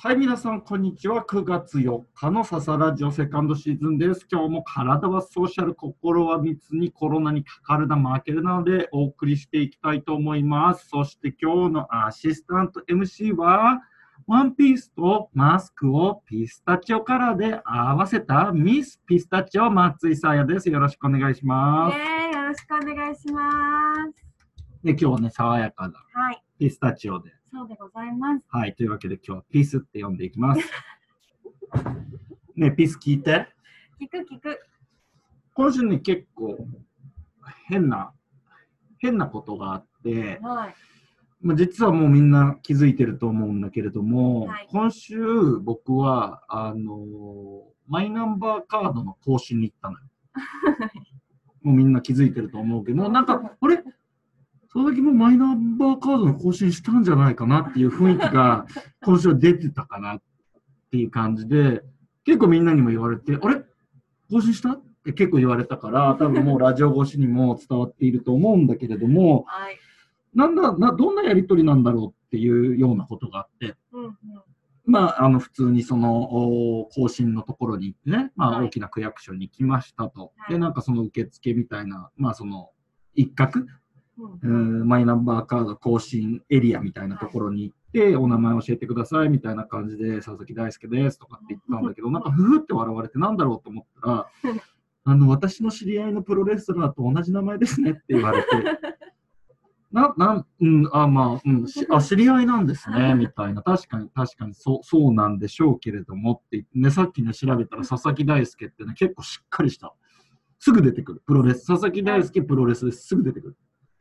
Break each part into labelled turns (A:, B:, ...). A: はい、皆さん、こんにちは。9月4日のササラジオセカンドシーズンです。今日も体はソーシャル、心は密にコロナにかかるな、負けるなのでお送りしていきたいと思います。そして今日のアシスタント MC は、ワンピースとマスクをピスタチオカラーで合わせたミスピスタチオ松井さやです。よろしくお願いしま
B: イ
A: す。
B: エーイよろしくお願いします。
A: で今日はね、爽やかな
B: はい、
A: ピスタチオで。
B: そうでございます。
A: はい、というわけで今日はピースって呼んでいきます。ね、ピース聞いて。
B: 聞く聞く。
A: 今週ね、結構変な、変なことがあって、
B: はい。
A: まあ、実はもうみんな気づいてると思うんだけれども、
B: はい
A: 今週僕は、あのーマイナンバーカードの更新に行 ったのよ。もうみんな気づいてると思うけど、なんか、あれその時もマイナンバーカードの更新したんじゃないかなっていう雰囲気 が今週は出てたかなっていう感じで、結構みんなにも言われて、あれ更新したって結構言われたから、多分もうラジオ越しにも伝わっていると思うんだけれども、
B: はい。
A: なんだな、どんなやりとりなんだろうっていうようなことがあって、
B: うんうん。
A: まあ、あの普通にそのお更新のところに行ってね、まあ、
B: はい
A: 大きな区役所に行きましたと、
B: はい
A: でなんかその受付みたいな、まあ、その一角、
B: うん
A: うーんマイナンバーカード更新エリアみたいなところに行って、お名前教えてくださいみたいな感じで、佐々木大輔ですとかって言ったんだけど、なんかふふって笑われて、なんだろうと思ったら、あの私の知り合いのプロレスラーと同じ名前ですねって言われて、 な、なん、うん、あ、まあ、うん、しあ、知り合いなんですね、みたいな。確かに、確かに、そう、そうなんでしょうけれどもって言って、ね、さっきね、調べたら、佐々木大輔ってね、結構しっかりした。すぐ出てくる。プロレス。佐々木大輔プロレスです。すぐ出てくる。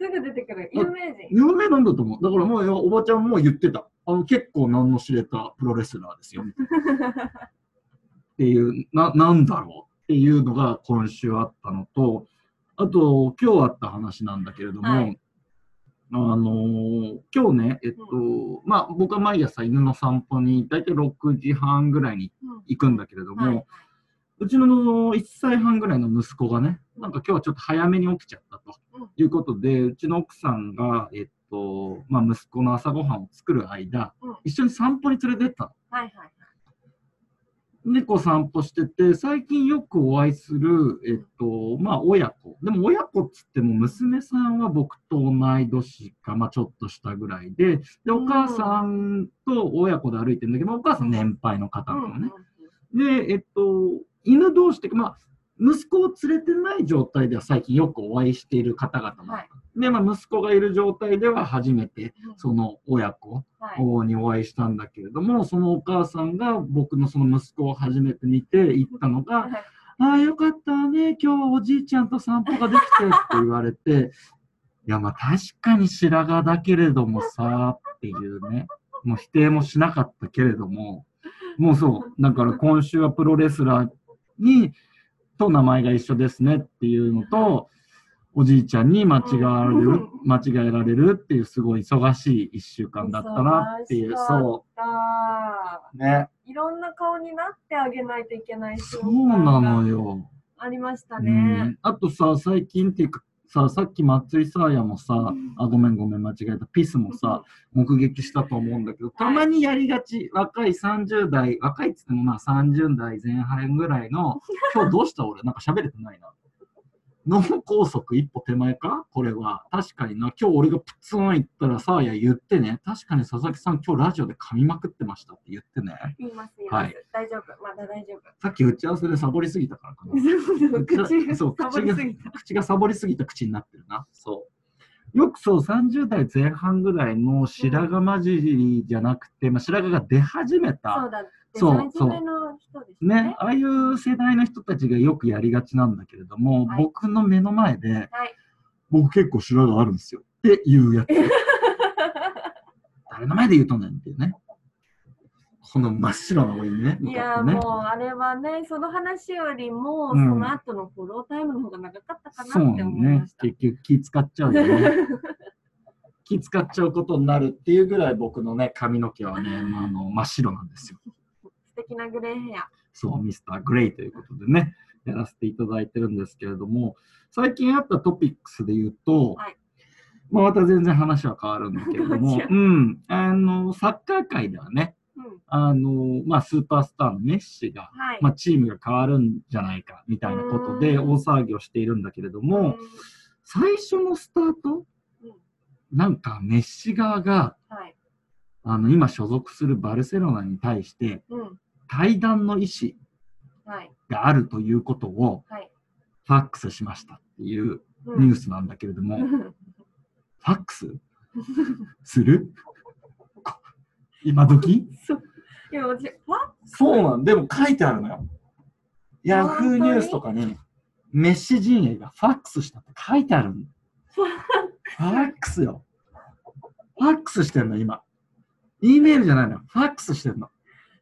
B: すぐ出てくる有名人。
A: 有名なんだと思う。だからもう、おばちゃんも言ってた。あの、結構何の知れたプロレスラーです よ。っていう、な、なんだろうっていうのが今週あったのと、あと、今日あった話なんだけれども、
B: はい
A: あのー今日ね、えっと、まあ、僕は毎朝犬の散歩に大体6時半ぐらいに
B: うん
A: 行くんだけれども、
B: はいはいう
A: ちの1歳半ぐらいの息子がね、なんか今日はちょっと早めに起きちゃったと
B: うん
A: いうことで、うちの奥さんが、えっと、まあ、息子の朝ごはんを作る間、
B: うん
A: 一緒に散歩に連れてった
B: はいはい。
A: の。で、こう散歩してて、最近よくお会いする、えっと、まあ、親子。でも、親子っつっても、娘さんは僕と同い年か、まあ、ちょっとしたぐらいで、で、お母さんと親子で歩いてるんだけど、まあお母さん年配の方なのね。で、えっと、犬同士っていうか、まあ、息子を連れてない状態では最近よくお会いしている方々も、
B: はい
A: で、まあ、息子がいる状態では初めて
B: うん
A: その親子
B: はい。
A: にお会いしたんだけれども、そのお母さんが僕のその息子を初めて見て行ったのが、
B: はい
A: ああ、よかったね。今日はおじいちゃんと散歩ができてって言われ て、いや、まあ確かに白髪だけれどもさ、っていうね。もう否定もしなかったけれども、もうそう。だから今週はプロレスラーに、と名前が一緒ですねっていうのと、おじいちゃんに間違われ
B: う
A: る
B: ん、
A: 間違えられるっていうすごい忙しい一週間だったなっていう、
B: 忙しかった
A: そ
B: あ
A: う。ね。
B: ーいろんな顔になってあげないといけない瞬
A: そう
B: 間が
A: なのよ。
B: ありました
A: う
B: ね。
A: ん、あとさ最近っていうかささっき松井さーやもさ、
B: うん
A: あごめんごめん間違えたピスもさ目撃したと思うんだけどたまにやりがち若い30代若いっつってもまあ30代前半ぐらい の今日どうした俺なんか喋れてないな脳梗塞一歩手前かこれは確かにな今日俺がプツン言ったらさーや言ってね確かに佐々木さん今日ラジオで噛みまくってましたって言ってね
B: 言います言い
A: は
B: ま
A: い
B: す。大丈夫。まだ大丈
A: さっき打ち合わせでサボりすぎたからかな
B: 夫。口が
A: そう口が
B: サボりすぎた。
A: 口がサボりすぎた口になってるな。そう。よくそう、30代前半ぐらいの白髪混じりじゃなくて、まあ、白髪が出始め
B: そ
A: た、
B: うだ。
A: そうそう
B: 真面目の人です
A: ね
B: ね、。
A: ああいう世代の人たちがよくやりがちなんだけれども、
B: はい
A: 僕の目の前で、
B: はい。
A: 僕結構白髪あるんですよっていう やつ。誰の前で言うとんねんっていうね。この真っ白な俺にね、
B: い
A: 向
B: や
A: か
B: ー
A: ってね。
B: もうあれはね、その話よりも、
A: う
B: そ
A: ん
B: の後のフォロータイムの方が長かったか
A: そう
B: なって
A: なの
B: 思い
A: ね
B: まし。た。
A: 結局気使っちゃうよね。 気使っちゃうことになるっていうぐらい僕のね、髪の毛はね、まあ、あの真っ白なんですよ。
B: 素敵なグレーヘア。
A: そう、ミスターグレイということでね、やらせていただいてるんですけれども、最近あったトピックスで言うと、
B: はい
A: まあまた全然話は変わるんだけれども
B: 違う、
A: うん、あの、サッカー界ではね、
B: うん。
A: あの、まあ、スーパースターのメッシが、
B: はい。
A: まあ、チームが変わるんじゃないかみたいなことで
B: う
A: 大
B: ん
A: 騒ぎをしているんだけれども、最初のスタート
B: うん、うん
A: なんかメッシ側が
B: はい。
A: あの今所属するバルセロナに対して
B: うん。
A: 対談の意思
B: はい。
A: があるということを
B: はい。
A: ファックスしましたっていう
B: うん
A: ニュースなんだけれども、ファックスするこ今時
B: そう。 いや、私、わ
A: そうなんでも書いてあるのよ。ヤ
B: 本当
A: フー
B: に
A: ニュースとかに、メッシ陣営がファックスしたって書いてあるの。ファックスよ。ファックスしてんの、今。E メールじゃないのよ。ファックスしてんの。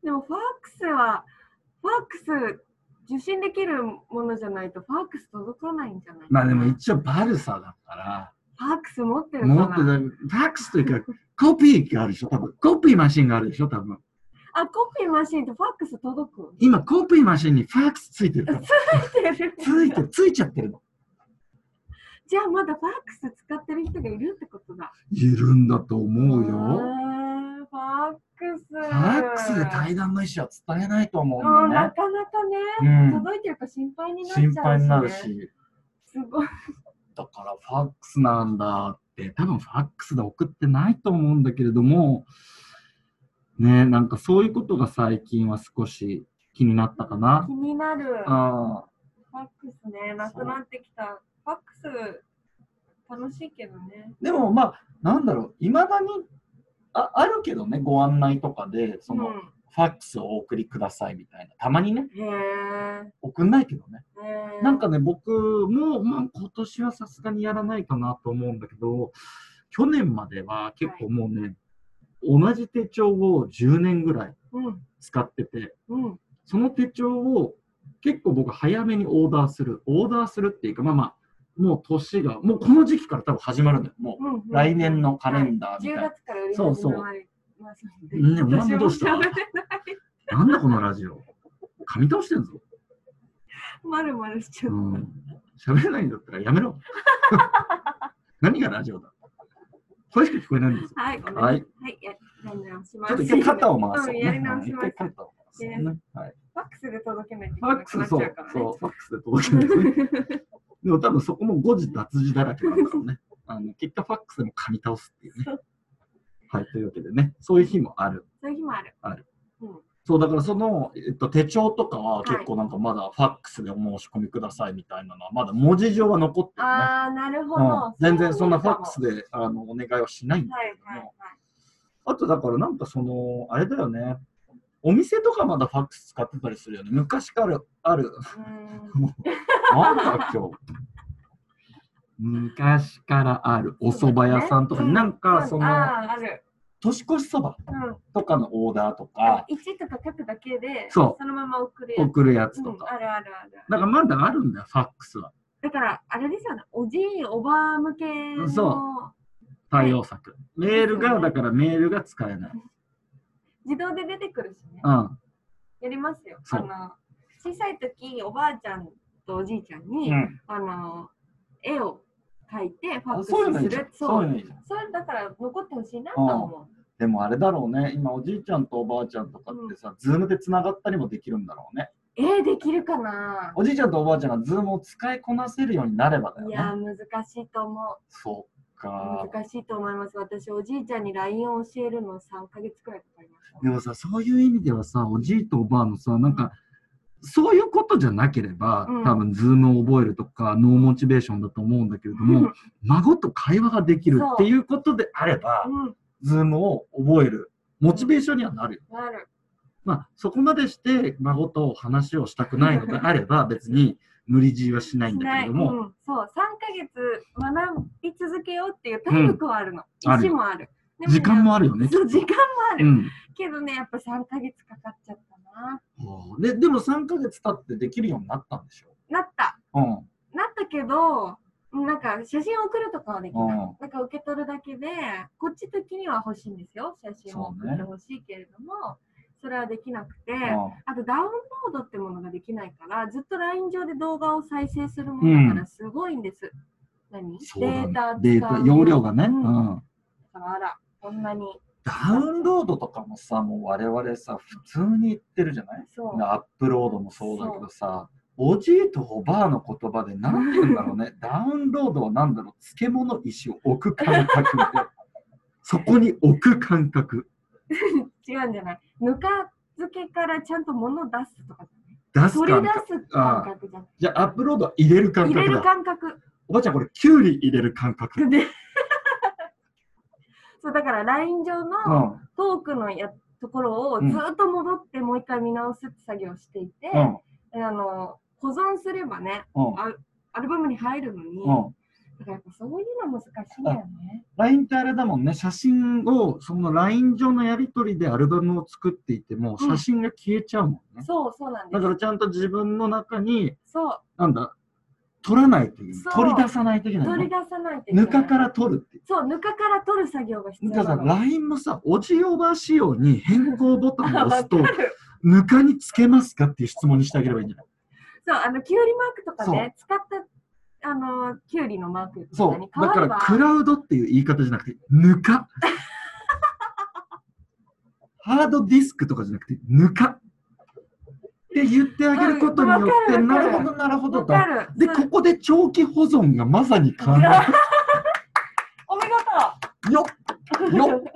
B: でも、ファックスは、ファックス、受信できるものじゃないと、ファックス届かないんじゃない
A: まあでも一応バルサだか
B: ファックス持ってる
A: ら、
B: かな
A: 持ってた、ファックスというか、コピーがあるでしょ、多分。コピーマシンがあるでしょ、多分。
B: あ、コピーマシンとファックス届く
A: 今、コピーマシンにファックスついてるから。ついて、ついちゃってるの。
B: じゃあまだファックス使ってる人がいるってことだ。
A: いるんだと思う
B: へ
A: よ。
B: ーファックス。フ
A: ファックスで対談の意思は伝えないと思
B: う
A: うんん
B: な
A: だね。
B: かなかね、
A: うん
B: 届いてるか心配になっちゃうし、
A: 心
B: ね。
A: 配になる。し、
B: すごい。
A: だからファックスなんだって、多分ファックスで送ってないと思うんだけれども、ねなんかそういうことが最近は少し気になったかな
B: 気。になる。ファ
A: あ
B: ックスね、なくなってきた。ファックス、楽しいけどね。
A: でもまあ、なんだろう、いまだにああるけどね、ご案内とかで、その、
B: うん
A: フ、ァックスをお送りくださいみたいな、たまにね、
B: へー
A: 送んないけどね。
B: へー
A: なんかね、僕も、まあ、今年はさすがにやらないかなと思うんだけど、去年までは結構もうね、同じ手帳を10年ぐらい
B: うん、
A: 使ってて、
B: うん、
A: その手帳を結構僕早めにオーダーする。オーダーするっていうか、まあまあ、もう年が、もうこの時期から多分始まるんだよ。も
B: うん。
A: う来年のカレンダーみ
B: 10
A: たいな。
B: 月から売り
A: そう
B: 始
A: そう
B: めまりますので。
A: ねお前もどうした
B: 私も喋れない
A: なんだこのラジオ。噛み倒してんぞ。
B: まるまるしちゃ
A: う
B: った。
A: ん。喋れないんだったらやめろ。 何がラジオだ。声しか聞こえないんですよ
B: はい、ごめんなさ。
A: はいい。
B: はい、やり直し
A: ち
B: ます。
A: ょっと一回肩を回
B: う
A: そうんね。
B: やり直しま
A: はい一。
B: す
A: 回肩を回そうね。はい。
B: ファックスで届けないといけ
A: ファッ
B: な
A: ク
B: くな
A: ス、
B: っちゃ
A: そうう
B: から、ね。
A: そう、ファックスで届け ないですね。でも多分そこも誤字脱字だらけなんだろうね。あの結果ファックスでも噛み倒すっていうね。
B: そう
A: はい、というわけでね、そういう日もある。
B: そういう日もある。
A: ある
B: うん。
A: そう、だからその、えっと、手帳とかは結構なんかまだファックスでお申し込みくださいみたいなのは、まだ文字上は残ってるね。
B: あー、なるほ
A: うん
B: ど。、
A: 全然そんなファックス
B: で。
A: であのお願いはしないんだ
B: はい
A: けど
B: はいは
A: も。あとだからなんかその、あれだよね。お店とかまだファックス使ってたりするよね。昔からある。
B: い。うーん
A: なんだ今日。昔からあるお蕎麦屋さんとか、
B: うん
A: なんかその、
B: あー、ある。
A: 年越しそば
B: うん。
A: とかのオーダーと
B: あ
A: か、
B: 1とか書くだけで、
A: そう
B: のまま送るやつ。
A: 送るやつ
B: う
A: と
B: ん、
A: か。
B: あるあるある。
A: だからまだあるんだよ、ファックスは。
B: だから、あれですよね、おじい、おばあ向けの。
A: そ対応策。メールが、だからメールが使えない。
B: 自動で出てくるしね。
A: うん。
B: やりますよ。
A: そ
B: あ
A: う
B: の、小さい時、おばあちゃんとおじいちゃんに、
A: うん
B: あの、絵を描いて、ファッ
A: あ
B: クス
A: そういうのいい
B: す
A: じゃ
B: る
A: ん。。
B: そ
A: そういう
B: う。
A: のいいじゃん。
B: それだから残ってほしいなとは思
A: でもあれだろうね、今おじいちゃんとおばあちゃんとかってさ、ズームでつながったりもできるんだろうね。
B: う。えー、できるかな
A: おじいちゃんとおばあちゃんがズームを使いこなせるようになればだよ
B: い
A: ね。
B: やー、難しいと思。
A: そうっか。
B: 難しいと思います。私、おじいちゃんに LINE を教えるの3ヶ月くらいかかりました。
A: でもさ、そういう意味ではさ、おじいとおばあのさ、なんか、そういうことじゃなければ、
B: うん
A: 多分、ズームを覚えるとか、ノーモチベーションだと思うんだけれども、孫と会話ができる
B: そう
A: っていうことであれば、
B: うん、
A: ズームを覚える、モチベーションにはなるよ。
B: なる。
A: まあ、そこまでして、孫と話をしたくないのであれば、 別に無理強いはしないんだけれど
B: う
A: も、
B: ん、そう、3ヶ月学び続けようっていう体力はあるの。
A: うんある
B: 意思もある。でね
A: 時間もあるよね。
B: そう、時間もあ
A: う
B: る。
A: ん。
B: けどね、やっぱ3ヶ月かかっちゃったな。
A: ほうで、でも3ヶ月経ってできるようになったんでしょ
B: なった。
A: うん。
B: なったけど、なんか写真送るとかはできない。
A: うん
B: なんか受け取るだけで、こっち的には欲しいんですよ。写真を送ってほしいけれども、それはできなくて、
A: うん
B: あとダウンロードってものができないから、ずっと LINE 上で動画を再生するものだからすごいんです。何
A: そうだね
B: データ使
A: デ
B: う
A: ータ、容量がね。
B: う
A: うんん。
B: だからあら、こんなに
A: ダウンロードとかもさ、もう我々さ、普通に言ってるじゃない
B: そう
A: アップロードもそうだけどさ、おじいとおばあの言葉で何て言うんだろ うね、ダウンロードは何だろう、漬物石を置く感 覚みたいなそこに置く感覚。
B: 違うんじゃないぬか漬けからちゃんと物出すとか
A: 出す
B: 取り
A: 感
B: 出
A: 覚。
B: す感覚じゃん
A: じゃあ、アップロードは入れる感
B: 入れ
A: 覚
B: る
A: だ。
B: 感覚
A: おばあちゃん、これ、きゅうり入れる感覚。うん。
B: で そうだから LINE 上のトークのやところを
A: うん
B: ずっと戻ってもう一回見直すって作業をしていて、
A: うん。
B: であの保存すればね
A: うん。
B: アルバムに入るのに、
A: うん。
B: だからやっぱそういうの難しいんだよね。
A: LINE ってあれだもんね、写真を、その LINE 上のやり取りでアルバムを作っていても、
B: うん
A: 写真が消えちゃうもんね。
B: そうそうなんで
A: だ
B: す
A: か。らちゃんと自分の中に、
B: そう
A: なんだ、取らないという
B: そう、
A: 取り出さないといけない
B: 取り
A: ね。
B: 出さないといけない。
A: ぬかから取るっていう。
B: そうぬかから取る作業が必要
A: だ
B: な
A: から
B: の。
A: LINE のさ、おじおば仕様に変更ボタンを押すと
B: あ わか、る
A: ぬかにつけますかっていう質問にしてあげればいいんじゃない
B: そうあのキュウリマークとかね使ったあのキュウリのマークと
A: そ
B: か
A: う
B: に。変
A: だ
B: わ
A: か
B: れ
A: ら
B: ば
A: クラウドっていう言い方じゃなくて、ぬ か。ハードディスクとかじゃなくて、ぬか。って言ってあげることによっ
B: う
A: て、
B: んわ
A: な
B: かる
A: るほ
B: わかる
A: ど、なるほど
B: わ
A: と。
B: かる。
A: で、
B: そう
A: ここで長期保存がまさに完
B: うわ
A: 了。
B: お見
A: よっ
B: 事。
A: よっ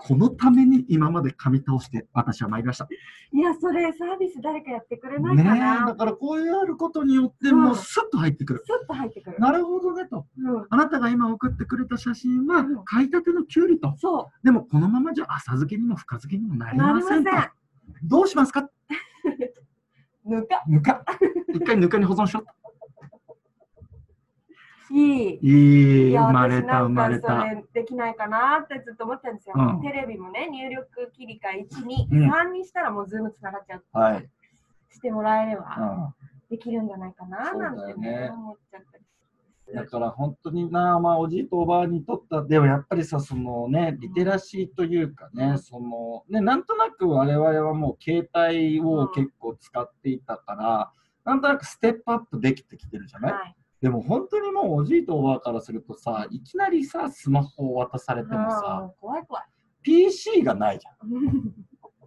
A: このために今まで噛み倒して私は参りました。ね
B: いやそれサービス誰かやってくれない
A: え、
B: かな。
A: だからこうやることによって
B: うん
A: もうスッと入ってくる。
B: スッと入ってくる。
A: なるほどねと。
B: うん。
A: あなたが今送ってくれた写真
B: う
A: は
B: ん
A: 買いたてのキュウリと。
B: そ
A: でもこのままじゃ浅漬けにも深漬けにもな
B: う。
A: り
B: な
A: ま
B: りませ
A: せん
B: ん
A: と。。どうしますか
B: ぬか。
A: ぬ か。一回ぬかに保存しよ。。
B: いいう
A: いい、
B: いや
A: 生まれ
B: 私
A: た
B: な
A: 生
B: ん
A: ま
B: か
A: れ
B: そ
A: た。
B: れできないかなってずっと思ってたんですよ、
A: うん
B: テレビもね入力切り替え1、
A: う
B: 2、
A: ん
B: 3にしたらもうズームつながっちゃう、
A: はい。
B: してもらえれ
A: う
B: ば
A: ん
B: できるんじゃないかな
A: そうだ
B: な
A: よ
B: んて
A: ね
B: ね思っちゃったり
A: だから本当にな、まあ、おじいとおばあにとったではやっぱりさそのねリテラシーというかねそのねなんとなく我々はもう携帯を結構使っていたから、なんとなくステップアップできてきてるじゃない、
B: はい
A: でも本当にもうおじいとおばあからするとさいきなりさスマホを渡されても
B: あ
A: さ、
B: ー怖 い怖い
A: PC がないじゃん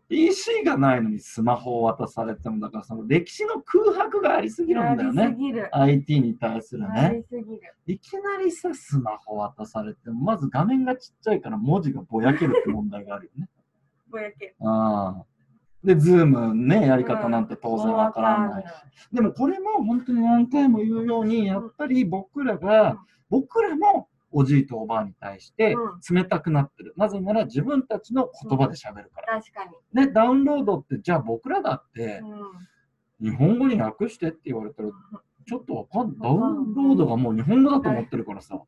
A: PC がないのにスマホを渡されてもだからその歴史の空白がありすぎる
B: や
A: んだよ
B: りす
A: ね
B: ぎる
A: IT に対するね。
B: やりすぎる
A: いきなりさ、スマホ渡されても、まず画面がちっちゃいから文字がぼやけるって問題があるよ ね。
B: ぼやけ
A: ああで、ズームね、やり方なんて当然わからないし。でもこれも本当に何回も言うように、やっぱり僕ら
B: うん
A: が、僕らもおじいとおばあに対して
B: う
A: 冷たくなってる。なぜなら自分たちの言葉で喋るから。
B: 確か
A: で、ダウンロードって、じゃあ僕らだって
B: に、う
A: 日
B: ん
A: 本語に訳してって言われたら、ちょっとわかんダウンロードがもう日本語だと思ってるからさ。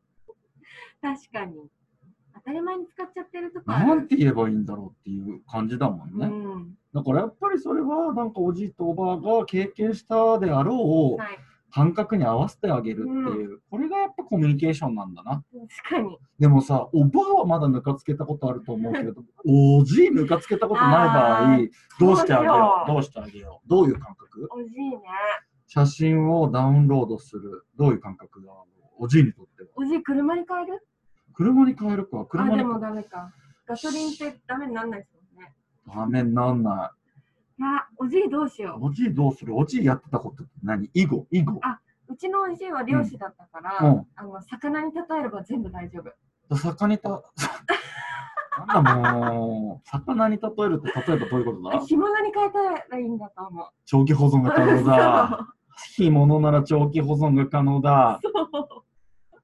B: 確かに当たり前に使っちゃってるとかあ
A: なん
B: る
A: て言えばいいんだろうっていう感じだもん
B: う
A: ね。
B: ん
A: だからやっぱりそれはなんかおじいとおばあが経験したであろう
B: はい
A: 感覚に合わせてあげるっていう、これがやっぱコミュニケーションなんだな。
B: 確かに
A: でもさ、おばあはまだぬかつけたことあると思うけれ ど、おじいぬかつけたことない場
B: あ
A: 合、どうしてあげよ
B: そううよ
A: どうしてあげようどういう感覚
B: おじいね
A: 写真をダウンロードする。どういう感覚だろうおじいにとっては。
B: おじい車に変える
A: 車に変えるか、
B: あ、
A: 車
B: で
A: に
B: もダメか。ガソリンってダメになんないですもんね。
A: ダメになんない。
B: あ、おじいどうしよ
A: おじいどうするおじいやってたことって何以後以後。
B: う。うちのおじいは漁師だったから、
A: うんうん
B: あの魚に例えれば全部大丈夫。
A: 魚にた、なんだもう、魚に例えるって例えばどういうことだ
B: 干物に変えたらいいんだと思う。
A: 長期保存が可能 だ。干物なら長期保存が可能だ。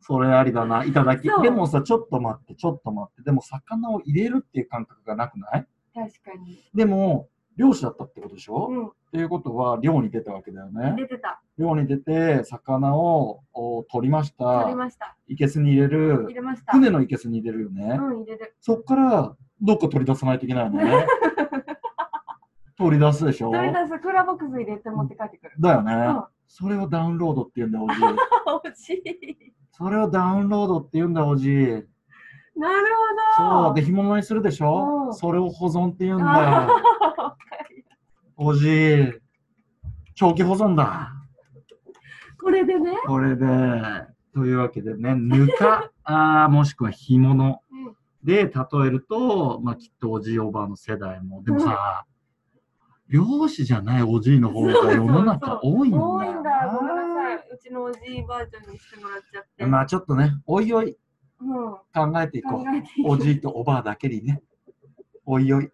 A: それありだな。いただき。
B: そう
A: でもさ、ちょっと待って、ちょっと待って。でも魚を入れるっていう感覚がなくない
B: 確かに。
A: でも、漁師だったってことでしょ、
B: う
A: っていうことは、漁に出たわけだよ
B: ん、
A: ね。
B: 出てた。
A: 漁に出て、魚をお取りまし
B: 取
A: た
B: り。ました。
A: いけすに入れる
B: 入。れました。うん、
A: 船のいけすに入れるよね。
B: 入れる。
A: そっから、どっか取り出さないといけないの ね。取り出すでしょ
B: 取り出す。クーラーボックス入れて持って帰ってくる。
A: だよね、
B: うん、
A: それをダウンロードって言うんだ、おじい。
B: おじい。
A: それをダウンロードって言うんだ、おじい。
B: なる
A: そ
B: ほど。
A: う、で、干物にするでし
B: う
A: ょ
B: ん
A: それを保存って言うんだ。おじい。長期保存だ。
B: これでね。
A: これで、というわけでね、ぬか、あーもしくは干物。
B: うん
C: で、例えると、まあ、きっとおじいおばあの世代も、でもさ、漁師じゃないおじいの方が世の中多いんだよ
B: 多
C: ない
B: んだ。ごめんなさい。うちのおじいバージョンにしてもらっちゃって。
A: まあちょっとね、おいおい
B: うん。考
A: 考えていこ
B: えて
A: う。おじいとおばあだけにね。おいおい。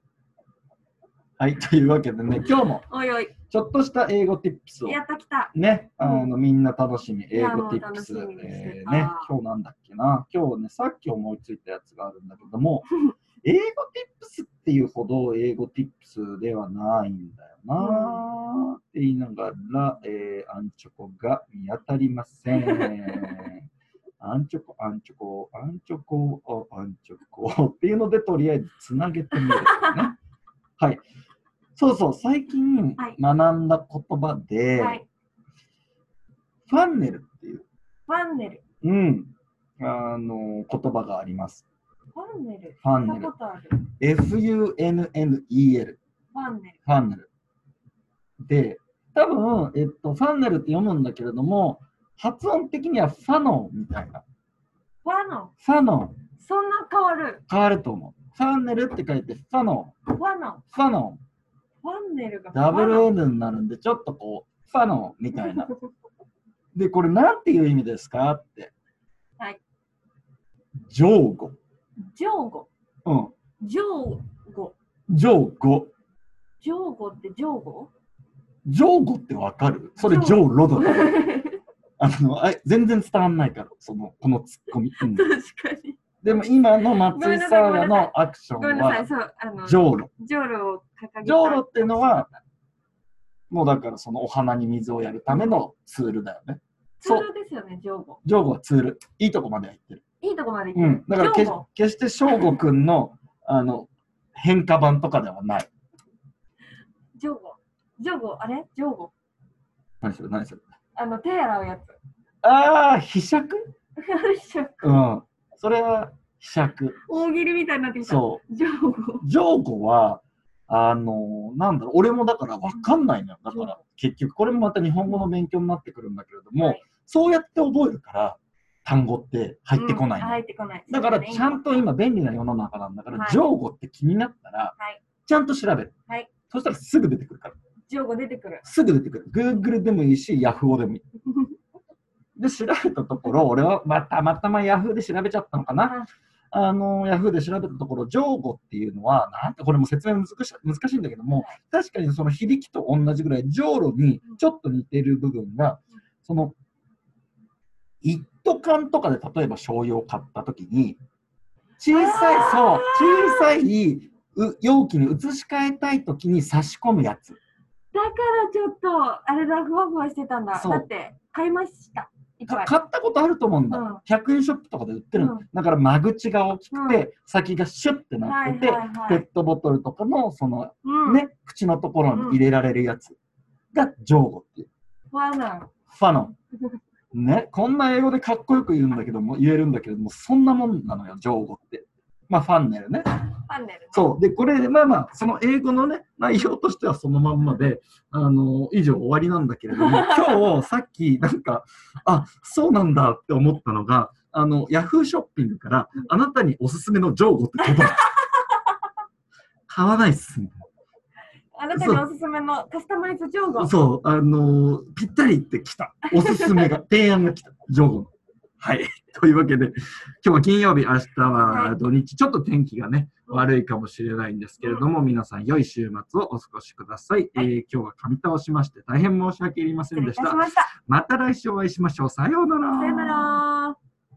A: はい、というわけでね、今日も
B: おいおい。
A: ちょっとした英語 tips を
B: やったきた。
A: ね、あ
B: うん
A: のみんな楽しみ、英
B: や
A: 語
B: もう
A: tips
B: 楽しみにして
A: えー
B: た
A: ね、今日なんだっけな、今日ね、さっき思いついたやつがあるんだけども、英語 tips っていうほど英語 tips ではないんだよなーって言いながら、えーアンチョコが見当たりま せん。アンチョコ、アンチョコ、アンチョコ、あアンチョコっていうので、とりあえずつなげてみるね。はい。そうそう、最近
B: はい
A: 学んだ言葉で、
B: はい。
A: ファンネルっていう、
B: ファンネル。
A: うん、あの言葉があります。
B: ファンネル。
A: ファン
B: 聞
A: ネ
B: い
A: ル
B: た。ことある。
A: F-U-N-N-E-L。
B: ファンネル。
A: ファンネル。で、多分、えっと、ファンネルって読むんだけれども、発音的にはファノンみたいな。
B: ファノ。
A: ファノン。
B: そんな変わる。
A: 変わると思う。ファンネルって書いて、ファノ
B: ファノ。
A: ン。ファノ
B: ファンネルが。
A: ン。ダブル
B: フ
A: N になるんで、ちょっとこう、ファノンみた
B: ァ
A: いな
B: ノ。。
A: で、これなんていう意味ですかって。
B: はい。
A: 上語。
B: ジョーゴ。
A: うん。
B: ジョーゴ。
A: 上語。
B: ジョーゴってジョーゴ
A: 上語ってわかるそれ上ロだから。あのあ全然伝わんないから、そのこのツッコミ。うん
B: 確かに。
A: でも今の松井沙耶
B: ごめんなさい
A: のアクショ
B: ごめん
A: ン
B: なさい。
A: は
B: そう、あの、ジョ
A: 上路。
B: ーロを掲げた。
A: 上路っていうのは、もうだからそのお花に水をやるためのツールだよね。
B: ツー
A: そう、
B: ルですよね、ジョーゴ。
A: 上語はツール。いいとこまで入ってる。
B: いいとこまで行
A: う
B: っ
A: ん。だからけ
B: 上語
A: 決して翔吾くんのあの変化版とかではない。
B: てジョーゴ。ジョーゴ、あれジョーゴ。
A: 何それ何それ。
B: あの、手洗うやつ。
A: ああ、ひしゃくうん。それはひしゃく。
B: 大喜利みたいになってきた。
A: そう。
B: ジョーゴ。
A: ジョーゴは、あのなんだろう、俺もだから分かんないのよ。だから、結局、これもまた日本語の勉強になってくるんだけれども、
B: はい
A: そうやって覚えるから、単語って入ってこない
B: うん
A: の、
B: 入ってこない。
A: だから、ちゃんと今、便利な世の中なんだから、
B: はい
A: ジョーゴって気になったら、
B: はい
A: ちゃんと調べる。
B: はい
A: そしたらすぐ出てくるから。
B: ジョーゴ出てくる。
A: すぐ出てくる。Google でもいいし、Yahoo でもいい。で、調べたところ、俺はまたまたま Yahoo で調べちゃったのかな。あの、Yahoo で調べたところ、ジョーゴっていうのは、なんて、これも説明難し難しいんだけども、確かにその響きと同じぐらい、ジョーロにちょっと似てる部分が
B: うん、
A: その、一斗缶とかで例えば醤油を買った時に、小さい
B: あ、ー
A: そう、小さいう容器に移し替えたい時に差し込むやつ。
B: だからちょっと、あれだ、ふわふわしてたんだ。
A: そう
B: だって、買いました。いっぱ
A: か
B: い。
A: 買ったことあると思うんだ、
B: うん
A: 100円ショップとかで売ってるの、
B: うん
A: だから間口が大きくて、
B: う
A: 先がシュッてな
B: は
A: って
B: い
A: て、
B: はいは
A: ペ
B: い
A: ッ。トボトルとかのその、
B: うん。
A: ね口のところに入れられるやつが上語っていう
B: ファナン。
A: ファノンねこんな英語でかっこよく言うんだけども言えるんだけどもそんなもんなのよ上語ってまあファンネルね
B: ファンネルね。
A: そうでこれまあまあ
C: その英語のね、内容としてはそのまんまで、あの、以上終わりなんだけれども、 今日さっきなんか、あ、そうなんだって思ったのが、あの、ヤフーショッピングから、あなたにおすすめのジョーゴって届い た。買わないっすね。
B: あなたにおすすめのカスタマイズジョーゴ。
C: そう、あの、ぴったりって来た。 おすすめが、提案が来た。ジョーゴの。はい。 というわけで、今日は金曜日、明日は土日、ちょっと天気がね、悪いかもしれないんですけれども、皆さん良い週末をお過ごしください。えー今日は噛み倒しまして大変申し訳ありませ
B: 失
C: ん
B: 礼
C: で
B: い
C: したた
B: し。ました。
C: また来週お会いしましょう。さようなら。
B: さよなら。